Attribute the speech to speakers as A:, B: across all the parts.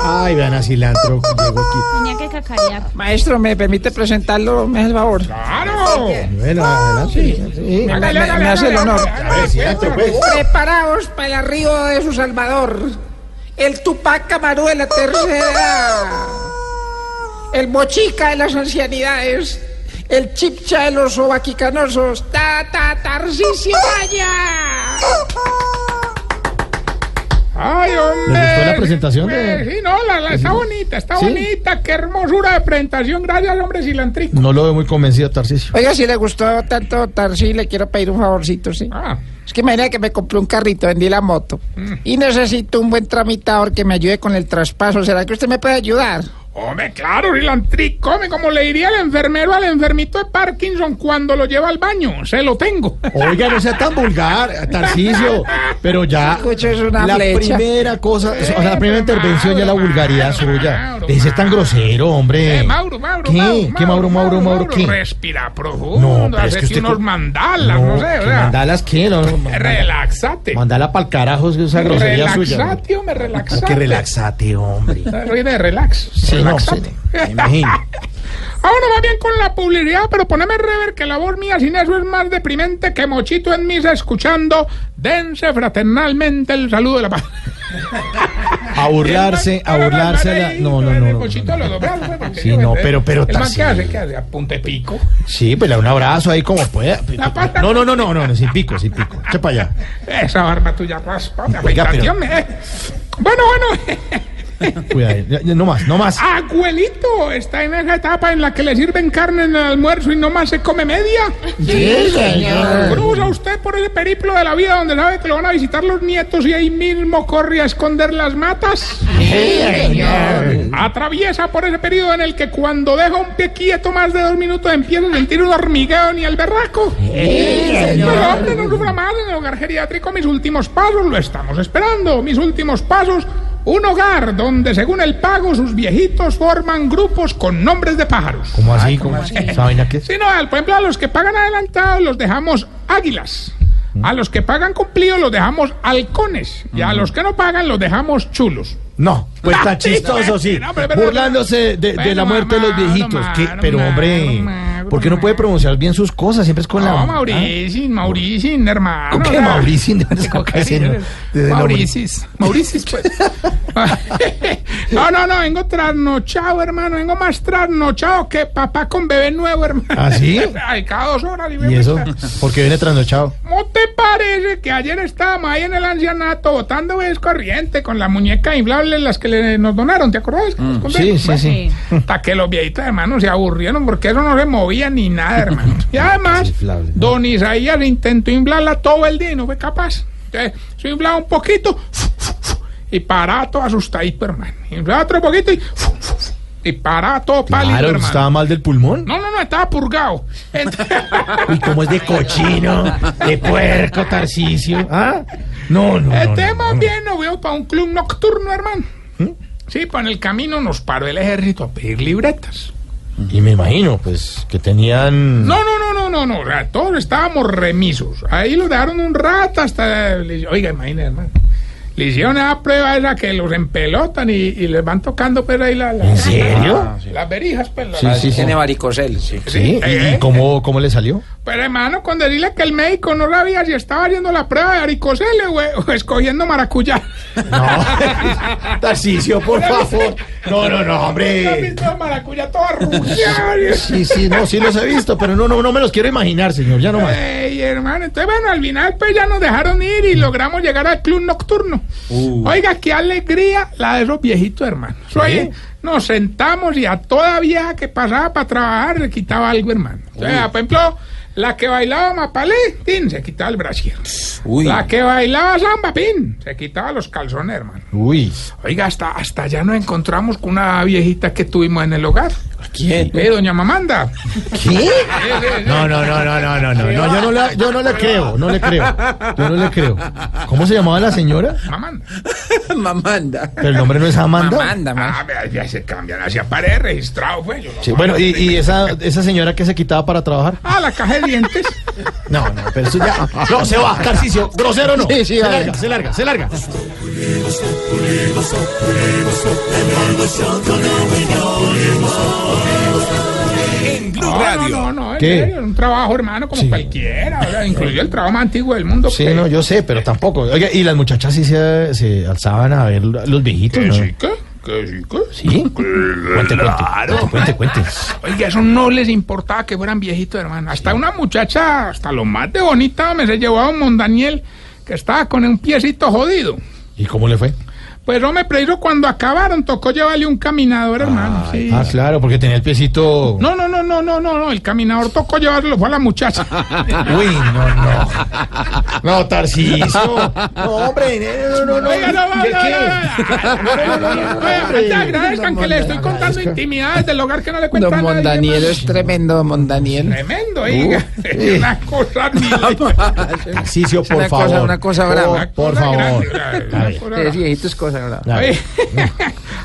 A: Ay, vean a cilantro. llegó aquí.
B: Tenía que cacarear.
C: Maestro, ¿me permite presentarlo? Me hace el favor.
A: Bueno, adelante. Sí.
C: Me, me- me hace el honor.
A: Dale, cilantro, pues.
C: Preparaos para el río de su Salvador. El Tupac Camarú de la tercera edad. El Mochica de las ancianidades. El Chipcha de los ovaquicanosos. Ta, ta, Tarcisio Maya.
D: Ay, hombre.
A: ¿Les gustó la presentación de-
D: Eh, Sí, no, la, la- está bonita, está
A: ¿Sí?
D: bonita. Qué hermosura de presentación. Gracias, hombre cilantrico.
A: No lo veo muy convencido, Tarcisio.
C: Oiga, si le gustó tanto Tarsi, le quiero pedir un favorcito, ¿sí?
D: Ah,
C: Es que imagina que me compré un carrito, vendí la moto. Y necesito un buen tramitador que me ayude con el traspaso. ¿Será que usted me puede ayudar?
D: hombre, claro, cilantrico. Hombre, como le diría el enfermero al enfermito de Parkinson cuando lo lleva al baño. Se lo tengo.
A: Oiga, no sea tan vulgar, Tarcisio. Pero ya.
C: Escucho, es una
A: la
C: flecha.
A: primera cosa, o sea, la primera intervención ya la vulgaridad suya.
D: Mauro,
A: Ese es tan
D: Mauro.
A: grosero, hombre.
D: Eh, Mauro, Mauro,
A: ¿Qué?
D: Mauro,
A: ¿Qué Mauro, Mauro, Mauro, qué?
D: Respira
A: No,
D: profundo,
A: pero es que
D: hacete
A: usted
D: unos
A: co-
D: mandalas, no, sé,
A: ¿qué
D: ¿verdad?
A: ¿Mandalas qué? No, no, mandala-
D: Relaxate.
A: mandala pa'l carajo, es que esa grosería suya.
D: Relaxate, hombre,
A: Hay
D: relaxate.
A: que relaxate, hombre.
D: Soy de relax.
A: Sí, no, sí,
D: relaxate.
A: me imagino.
D: Ahora va bien con la publicidad, pero poneme rever que la voz mía sin eso es más deprimente que mochito en misa escuchando. Dense fraternalmente el saludo de la paz.
A: A burlarse, a burlarse. a la- No, no, no. no,
D: Mochito
A: no,
D: los
A: no.
D: dos brazos, pues, porque
A: Sí,
D: yo-
A: no, pero, pero,
D: El man, ¿qué
A: Tarcisio.
D: hace? ¿Qué hace? Apunte pico.
A: Sí, pues le da un abrazo ahí como pueda.
D: La pata.
A: No, no, no, no, no, no, sin pico, sin pico. Echa para allá.
D: Esa barba tuya raspa. me
A: Oiga,
D: afeita,
A: pero-
D: Dios me- Bueno, bueno.
A: Cuidado, ya- ya, no más, no más.
D: Abuelito está en esa etapa en la que le sirven carne en el almuerzo y nomás se come media.
A: Sí, señor.
D: Cruza usted por el periplo de la vida donde sabe que lo van a visitar los nietos y ahí mismo corre a esconder las matas. Atraviesa por ese periodo en el que cuando deja un pie quieto más de dos minutos empieza a sentir un hormigueo ni el berraco. Pero hombre, no sufra más en el hogar geriátrico. Mis últimos pasos lo estamos esperando. Mis últimos pasos. Un hogar donde según el pago sus viejitos forman grupos con nombres de pájaros.
A: ¿Cómo así? ¿Cómo así? ¿Esa vaina qué es?
D: Sí, no, al- por ejemplo, a los que pagan adelantados los dejamos águilas. A los que pagan cumplido los dejamos halcones. Y a los que no pagan los dejamos chulos.
A: No, pues está chistoso, sí.
D: Ah, No, pero, pero,
A: Burlándose de, de la
D: Bueno,
A: muerte de los
D: Mauro,
A: viejitos. ¿Qué?
D: Mauro,
A: Pero, hombre,
D: Mauro,
A: ¿por qué no puede pronunciar bien sus cosas? Siempre es con la.
D: No, Mauricio, Mauricio, hermano.
A: ¿Con
D: o
A: qué
D: sea,
A: Ah, Mauricio? ¿De dónde sacó ese nombre? ¿De dónde
D: Mauricis. Mauricis, pues. no, no, no, vengo trasnochado, hermano. Vengo más trasnochado que papá con bebé nuevo, hermano.
A: ¿Ah, sí?
D: Ay, cada dos horas.
A: ¿Y eso? Porque viene trasnochado.
D: ¿Cómo te parece que ayer estábamos ahí en el ancianato botando ves corriente con la muñeca inflable las que le- nos donaron? ¿Te acordás? Que nos conté.
A: Mm. Sí, sí, sí.
D: eh,
B: Sí.
D: Hasta que los viejitos hermanos se aburrieron porque eso no se movía ni nada, hermano. Y además,
A: Inflable.
D: don Isaías intentó inflarla todo el día y no fue capaz. Entonces, se inflaba un poquito y paraba todo asustadito, hermano. Inflaba otro poquito y, y paraba todo pálido,
A: Claro,
D: hermano.
A: estaba mal del pulmón.
D: No, no, no, estaba purgado. Entonces-
A: Uy, cómo es de cochino, de puerco, Tarcicio. ¿Ah? No, no. no, no,
D: Estemos
A: no. ¿Mm?
D: bien, nos veo para un club nocturno, hermano. Sí, pues en el camino nos paró el ejército a pedir libretas.
A: Y me imagino, pues, que tenían.
D: No, no, no, no, no, no. O sea, todos estábamos remisos. Ahí lo dejaron un rato hasta. le- Oiga, imagínese, hermano. Le hicieron esa prueba esa que los empelotan y, y les van tocando, pues ahí la- la-
A: ¿En serio?
D: las berijas, pues. la-
A: Sí, sí, sí.
C: varicocel.
D: Eh,
A: Sí, ¿Y, y cómo, cómo le salió?
D: Pero hermano, con decirle que el médico no sabía si estaba haciendo la prueba de varicocele güey, o escogiendo maracuyá.
A: No. Tarcicio, por favor. No, no, no,
D: ¿No has
A: hombre.
D: visto el maracuyá todo arrugado?
A: Sí, sí, no, sí los he visto, pero no, no, no me los quiero imaginar, señor, ya no más.
D: Ey, hermano, entonces bueno, al final pues ya nos dejaron ir y logramos llegar al club nocturno.
A: Uh.
D: Oiga, qué alegría la de esos viejitos, hermano. Oye, nos sentamos y a toda vieja que pasaba para trabajar le quitaba algo, hermano. O sea, por ejemplo, la que bailaba mapalé, tin, se quitaba el brasier. La que bailaba samba, pin, se quitaba los calzones, hermano.
A: Uy.
D: Oiga, hasta, hasta allá nos encontramos con una viejita que tuvimos en el hogar.
A: ¿Quién?
D: Eh, doña Mamanda.
A: ¿Qué? No, no, no, no, no, no, no, no, yo no, la- yo no le creo, no le creo, yo no le creo. ¿Cómo se llamaba la señora?
D: Mamanda.
C: Mamanda.
A: Pero el nombre no es Amanda.
D: Ah, vea, ya se cambian hacia pared registrado, fue yo. no-
A: Sí, bueno, y, y esa, esa señora que se quitaba para trabajar.
D: Ah, la caja de dientes.
A: No, no, pero eso ya. No, se va, Tarcicio. Grosero no.
C: Sí, sí,
A: se
C: vale.
A: larga, se larga, se larga.
B: En Blue
D: No, no,
B: Radio.
D: no, no, en
A: ¿Qué?
D: serio, un trabajo, hermano, como
A: Sí.
D: cualquiera, ¿verdad? incluido el trabajo más antiguo del mundo.
A: Sí,
D: que-
A: no, yo sé, pero tampoco. Oiga, y las muchachas sí se, se alzaban a ver los viejitos,
D: que
A: ¿no?
D: sí, que, que sí, que
A: Sí. Cuente, cuente.
B: Claro.
A: Cuente, cuente.
D: Oiga, eso no les importaba que fueran viejitos, hermano. Hasta una muchacha, hasta lo más de bonita, me se llevó a un Mondaniel que estaba con un piecito jodido.
A: ¿Y cómo le fue?
D: Pues no me preciso cuando acabaron, tocó llevarle un caminador, hermano. sí.
A: Ah, claro, porque tenía el piecito.
D: No, no, no, no, no, no, no, el caminador tocó llevarlo, fue a la muchacha.
A: Uy, no, no. No, Tarcisio. No, hombre, no, no, no.
D: Oiga, no, no, no,
A: ¿Qué,
D: no,
A: qué?
D: no, no, no, no, no,
A: Hombre,
D: oiga, ya agradezcan
A: don
D: que le estoy
A: Mondaniel,
D: contando
A: agradezca.
D: intimidades del hogar que no le cuentan
C: Don
D: a nadie.
C: Mondaniel
D: hermano.
C: es tremendo, don Mondaniel.
D: Tremendo, oiga. Es una cosa ni-
A: Tarcisio, por
C: una cosa,
A: favor.
C: una cosa
A: Por-
C: brava.
A: Por
D: Una
A: favor.
D: grande, una-
A: A
D: una
A: ver,
D: cosa
C: Es viejito es cosa, ¿verdad?
A: a ver.
D: Oye,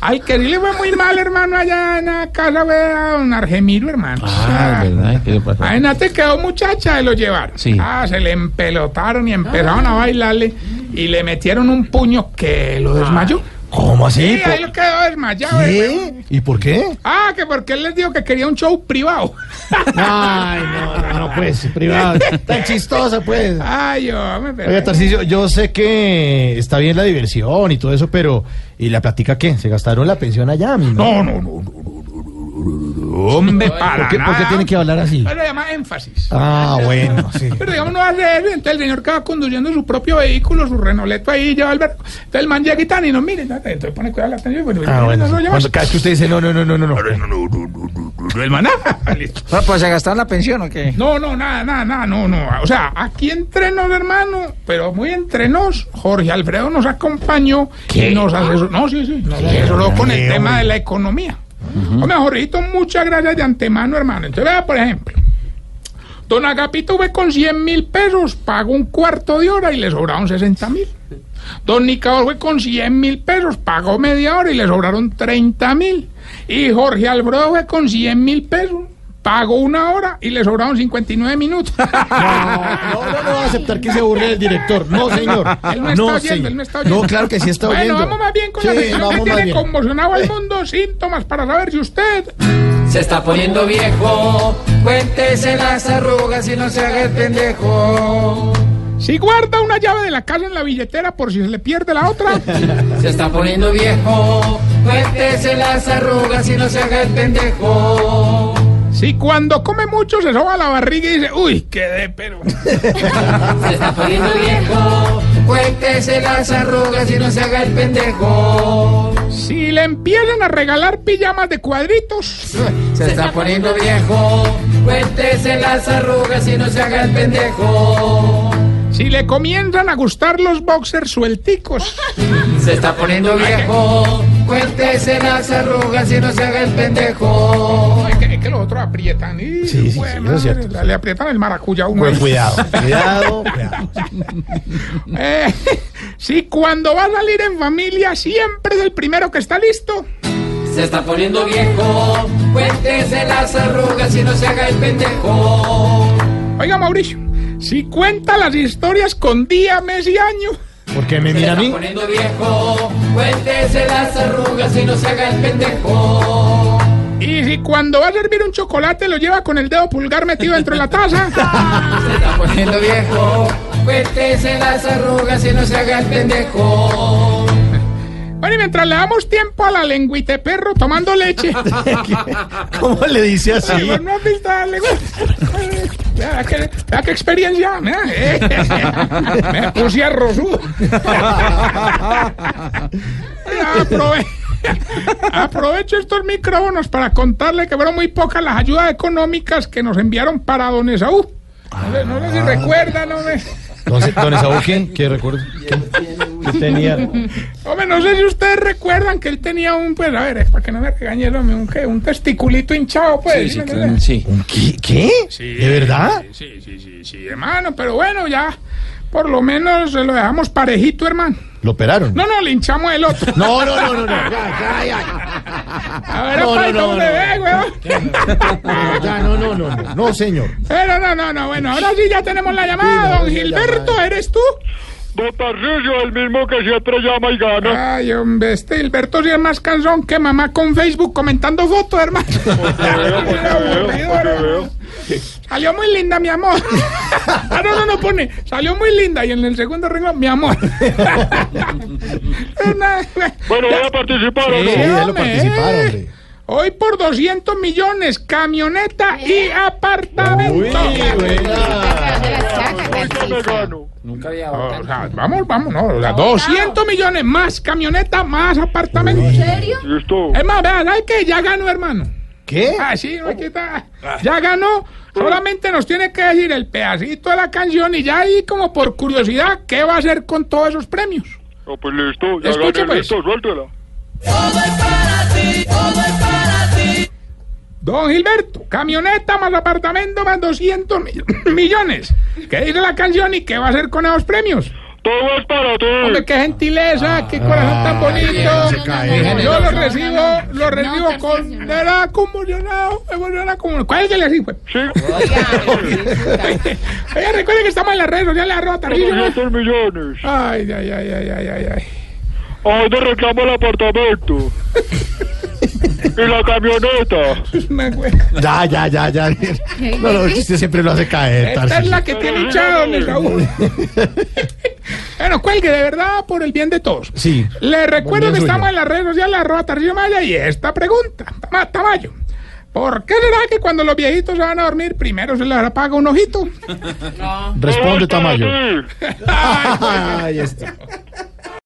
D: Al que sí le fue muy mal, hermano, allá en la casa ve a don Argemiro, hermano.
A: Ah,
D: Ah,
A: ¿verdad? ¿Qué le pasó?
D: Ahí no te quedó muchacha y lo llevaron.
A: Sí.
D: Ah, se le empelotaron y empezaron a bailarle y le metieron un puño que
A: Ah.
D: lo desmayó.
A: ¿Cómo así?
D: Sí, ahí lo quedó desmayado.
A: ¿Por-
D: el weón.
A: ¿Qué? ¿Y por qué?
D: Ah, que porque él les dijo que quería un show privado.
A: Ay, no, no, no, pues, privado. Tan chistosa, pues.
D: Ay, yo me
A: Oiga, Tarcisio, yo sé que está bien la diversión y todo eso, pero ¿y la platica qué? ¿Se gastaron la pensión allá? mi madre?
D: No, no, no, no, no, no, no, no, hombre, para
A: ¿Por qué, por qué
D: nada.
A: tiene que hablar así?
D: Pero además énfasis.
A: Ah, bueno, sí.
D: Pero digamos, no hace eso. Entonces el señor que va conduciendo su propio vehículo, su renoleto ahí, lleva el barco. Entonces el man llega y tan y no mire. nada, Entonces pone cuidado a la atención. Bueno,
A: Ah,
D: no,
A: bueno.
D: no, no,
A: sí.
D: ya
A: Cuando,
D: va.
A: cada vez que usted dice no, no, no, no, no, no.
B: No, no, no, no, no, no, no,
D: El
B: el
D: man, ah, listo.
C: Bueno, pues se gastaron la pensión o qué?
D: No, no, nada, nada, nada, no, no. O sea, aquí entrenos, hermano, pero muy entrenos. Jorge Alfredo nos acompañó y nos asesoró. No, sí, sí, nos asesoró con el tema de la economía. Hombre, Jorgito, muchas gracias de antemano, hermano. Entonces, vea, por ejemplo, don Agapito fue con 100 mil pesos, pagó un cuarto de hora y le sobraron 60 mil. Don Nicanor fue con 100 mil pesos, pagó media hora y le sobraron 30 mil. Y Jorge Alfredo fue con 100 mil pesos, pagó una hora y le sobraron 59 minutos.
A: Ah, No, no, no va a aceptar que se burle el director. No, señor.
D: Él no está
A: no,
D: oyendo,
A: señor.
D: él no está oyendo.
A: No, claro que sí está
D: bueno,
A: oyendo.
D: vamos más bien con la
A: Sí,
D: sección que
A: vamos más
D: tiene
A: bien. Eh.
D: conmocionado al mundo síntomas para saber si usted...
E: Se está poniendo viejo,
C: Cuéntese las arrugas y no se haga el pendejo.
D: Si guarda una llave de la casa en la billetera por si se le pierde la otra.
E: se está poniendo viejo, cuéntese las arrugas y no se haga el pendejo.
D: si cuando come mucho se soba la barriga y dice, uy, quedé, pero...
E: Se está poniendo viejo,
C: Cuéntese las arrugas y no se haga el pendejo.
D: si le empiezan a regalar pijamas de cuadritos.
C: Se está poniendo
E: viejo, cuéntese las arrugas y no se haga el pendejo.
D: Si le comienzan a gustar los boxers suelticos.
E: Se está poniendo viejo, cuéntese las arrugas y no se haga el pendejo.
D: Es que, es que los otros aprietan. Y,
A: Sí, sí, sí, eso
D: güey,
A: es
D: madre,
A: cierto.
D: Le aprietan el maracuyá a uno.
A: Pues cuidado, cuidado, cuidado.
D: Eh, si cuando va a salir en familia siempre es el primero que está listo.
E: Se está poniendo viejo, cuéntese las arrugas y no se haga el pendejo.
D: Oiga, Mauricio, si cuenta las historias con día, mes y año.
A: ¿Por qué me
E: Se
A: mira a
E: está
A: mí?
E: poniendo viejo, cuéntese las arrugas y no se haga el pendejo.
D: Y si cuando va a servir un chocolate lo lleva con el dedo pulgar metido dentro de la taza.
E: Se está poniendo viejo, cuéntese las arrugas y no se haga el pendejo.
D: Bueno, y mientras le damos tiempo a la lengüite perro tomando leche.
A: ¿Cómo le dice así?
D: Sí, no pues, has visto la lengüita. Vea qué, vea Ah, qué experiencia. vea, eh. Me puse a Rosú. Aprove- Aprovecho estos micrófonos para contarle que fueron muy pocas las ayudas económicas que nos enviaron para Don Esaú. No sé, no sé si recuerdan, no sé.
A: Entonces, don Esaú, ¿qué? ¿Qué recuerdo? ¿Qué, qué tenía?
D: Hombre, no sé si ustedes recuerdan que él tenía un, pues, a ver, es para que no me regañen, hombre, un, ¿qué? un testiculito hinchado, pues. ¿no?
A: ¿Un ¿Qué? ¿Qué?
D: Sí.
A: ¿De verdad?
D: Sí, sí, sí, sí, hermano, pero bueno, ya por lo menos se lo dejamos parejito, hermano.
A: ¿Lo operaron?
D: No, no, le hinchamos el otro.
A: No, no, no, no, no. Ya, ya, ya.
D: A ver,
A: No, no,
D: papá,
A: no,
D: ¿cómo
A: no.
D: le ve, weón?
A: No, ya, no, no, no, no. No, señor.
D: Pero no, no, no, bueno, ahora sí ya tenemos la
A: Sí,
D: llamada,
A: ahora
D: don
A: sí la
D: Gilberto,
A: llamada.
D: ¿eres tú?
F: Don Tarcisio, el mismo que siempre llama y gana.
D: Ay, hombre, este Gilberto sí es más cansón que mamá con Facebook comentando fotos, hermano.
F: veo, porque veo,
D: Aburrido,
F: porque
D: hermano.
F: veo.
D: Salió muy linda, mi amor. ah, no, no, no pone. Salió muy linda y en el segundo renglón, mi amor. Una-
F: Bueno, voy a participar o
A: Sí,
F: no.
A: ya lo
D: hombre. eh.
A: participaron, hombre.
D: Hoy por 200 millones, camioneta y apartamento.
F: Yo me gano.
E: Nunca había
A: Ah,
D: O
E: votado.
D: sea, vamos, vamos, no. o sea, 200 millones más camioneta, más apartamento.
F: Listo.
D: Es más, vean, ¿sabes qué? Ya ganó, hermano.
A: ¿Qué?
D: Ah, sí, aquí está. Ya ganó. Solamente nos tiene que decir el pedacito de la canción y ya ahí, como por curiosidad, ¿qué va a hacer con todos esos premios?
F: No, pues listo. Ya
D: Escuche,
F: gané,
D: pues.
F: listo. Suéltela.
D: Don Gilberto, camioneta más apartamento más 200 mi- millones. ¿Qué dice la canción y qué va a hacer con esos premios?
F: Todo es para ti.
D: Hombre, qué gentileza, qué corazón tan
A: Ah, bien, se
D: bonito.
A: cae.
D: Yo lo recibo, lo recibo con... Era conmocionado, emocionado, como... ¿Cuál es el así, pues?
F: Sí.
D: Oye, recuerden que estamos en las redes sociales, arroba Tarcisio.
F: 200 millones.
D: Ay, ay, ay, ay, ay, ay, ay.
F: Hoy te reclamo el apartamento. y la camioneta.
D: Es una wea.
A: Ya, ya, ya, ya. No, no, usted siempre lo hace caer,
D: Esta es
A: Tarcisio.
D: la que tiene hinchado en el baúl. Bueno, cuelgue, de verdad, por el bien de todos.
A: Sí.
D: Le recuerdo
A: bien
D: que
A: suyo.
D: estamos en las redes sociales, arroba Tarcisio Maya, y esta pregunta, Tama- Tamayo. ¿Por qué será que cuando los viejitos se van a dormir, primero se les apaga un ojito?
A: Responde,
F: Todo es para
A: Tamayo.
F: ti.
D: este.
A: Ahí está.